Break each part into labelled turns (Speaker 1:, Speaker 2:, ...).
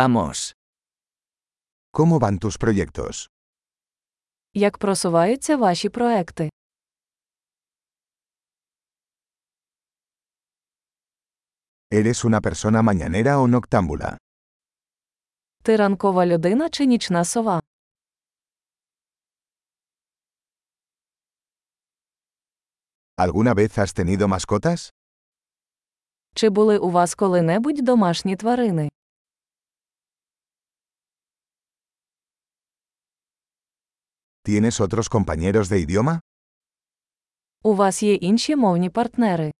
Speaker 1: Vamos.
Speaker 2: ¿Cómo van tus proyectos?
Speaker 3: Як просуваються ваші проекти?
Speaker 2: ¿Eres una persona mañanera o noctámbula?
Speaker 3: Ти ранкова людина чи нічна сова?
Speaker 2: ¿Alguna vez has tenido mascotas?
Speaker 3: Чи були у вас коли-небудь домашні тварини?
Speaker 2: ¿Tienes otros compañeros de idioma?
Speaker 3: У вас є інші мовні партнери.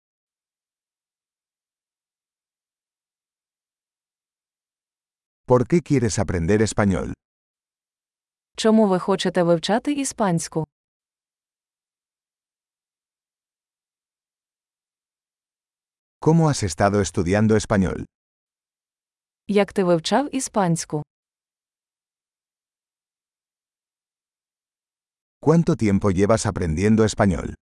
Speaker 2: ¿Por qué quieres aprender español?
Speaker 3: Чому ви хочете вивчати іспанську?
Speaker 2: ¿Cómo has estado estudiando español?
Speaker 3: Як ти вивчав іспанську?
Speaker 2: ¿Cuánto tiempo llevas aprendiendo español?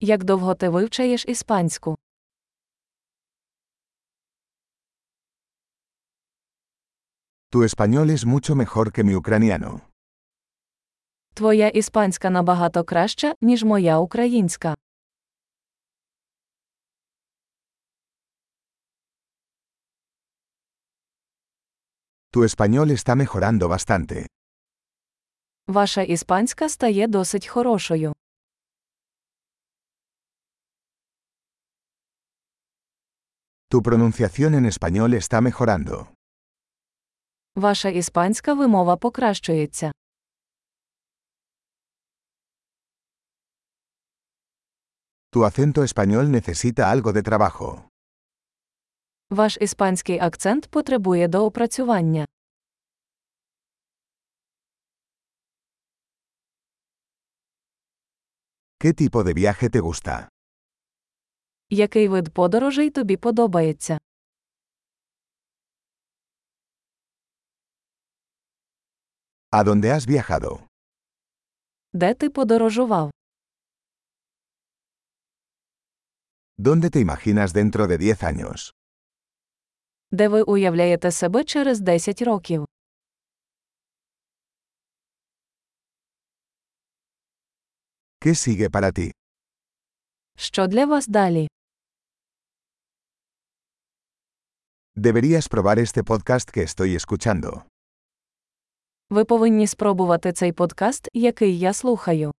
Speaker 3: Як довго ти вивчаєш іспанську?
Speaker 2: Tu español es mucho mejor que mi ucraniano.
Speaker 3: Твоя іспанська набагато краща, ніж моя українська.
Speaker 2: Tu español está mejorando bastante.
Speaker 3: Ваша іспанська стає досить хорошою.
Speaker 2: Tu pronunciación en español está mejorando.
Speaker 3: Ваша іспанська вимова покращується.
Speaker 2: Tu acento español necesita algo de trabajo.
Speaker 3: Ваш іспанський акцент потребує доопрацювання.
Speaker 2: ¿Qué tipo de viaje te gusta?
Speaker 3: Який вид подорожей тобі подобається?
Speaker 2: ¿A dónde has viajado?
Speaker 3: Де ти подорожував?
Speaker 2: ¿Dónde te imaginas dentro de 10 años?
Speaker 3: Де ви уявляєте себе через 10 років?
Speaker 2: ¿Qué sigue para ti?
Speaker 3: Що для вас далі?
Speaker 2: Deberías probar este podcast que estoy escuchando.
Speaker 3: Ви повинні спробувати цей подкаст, який я слухаю.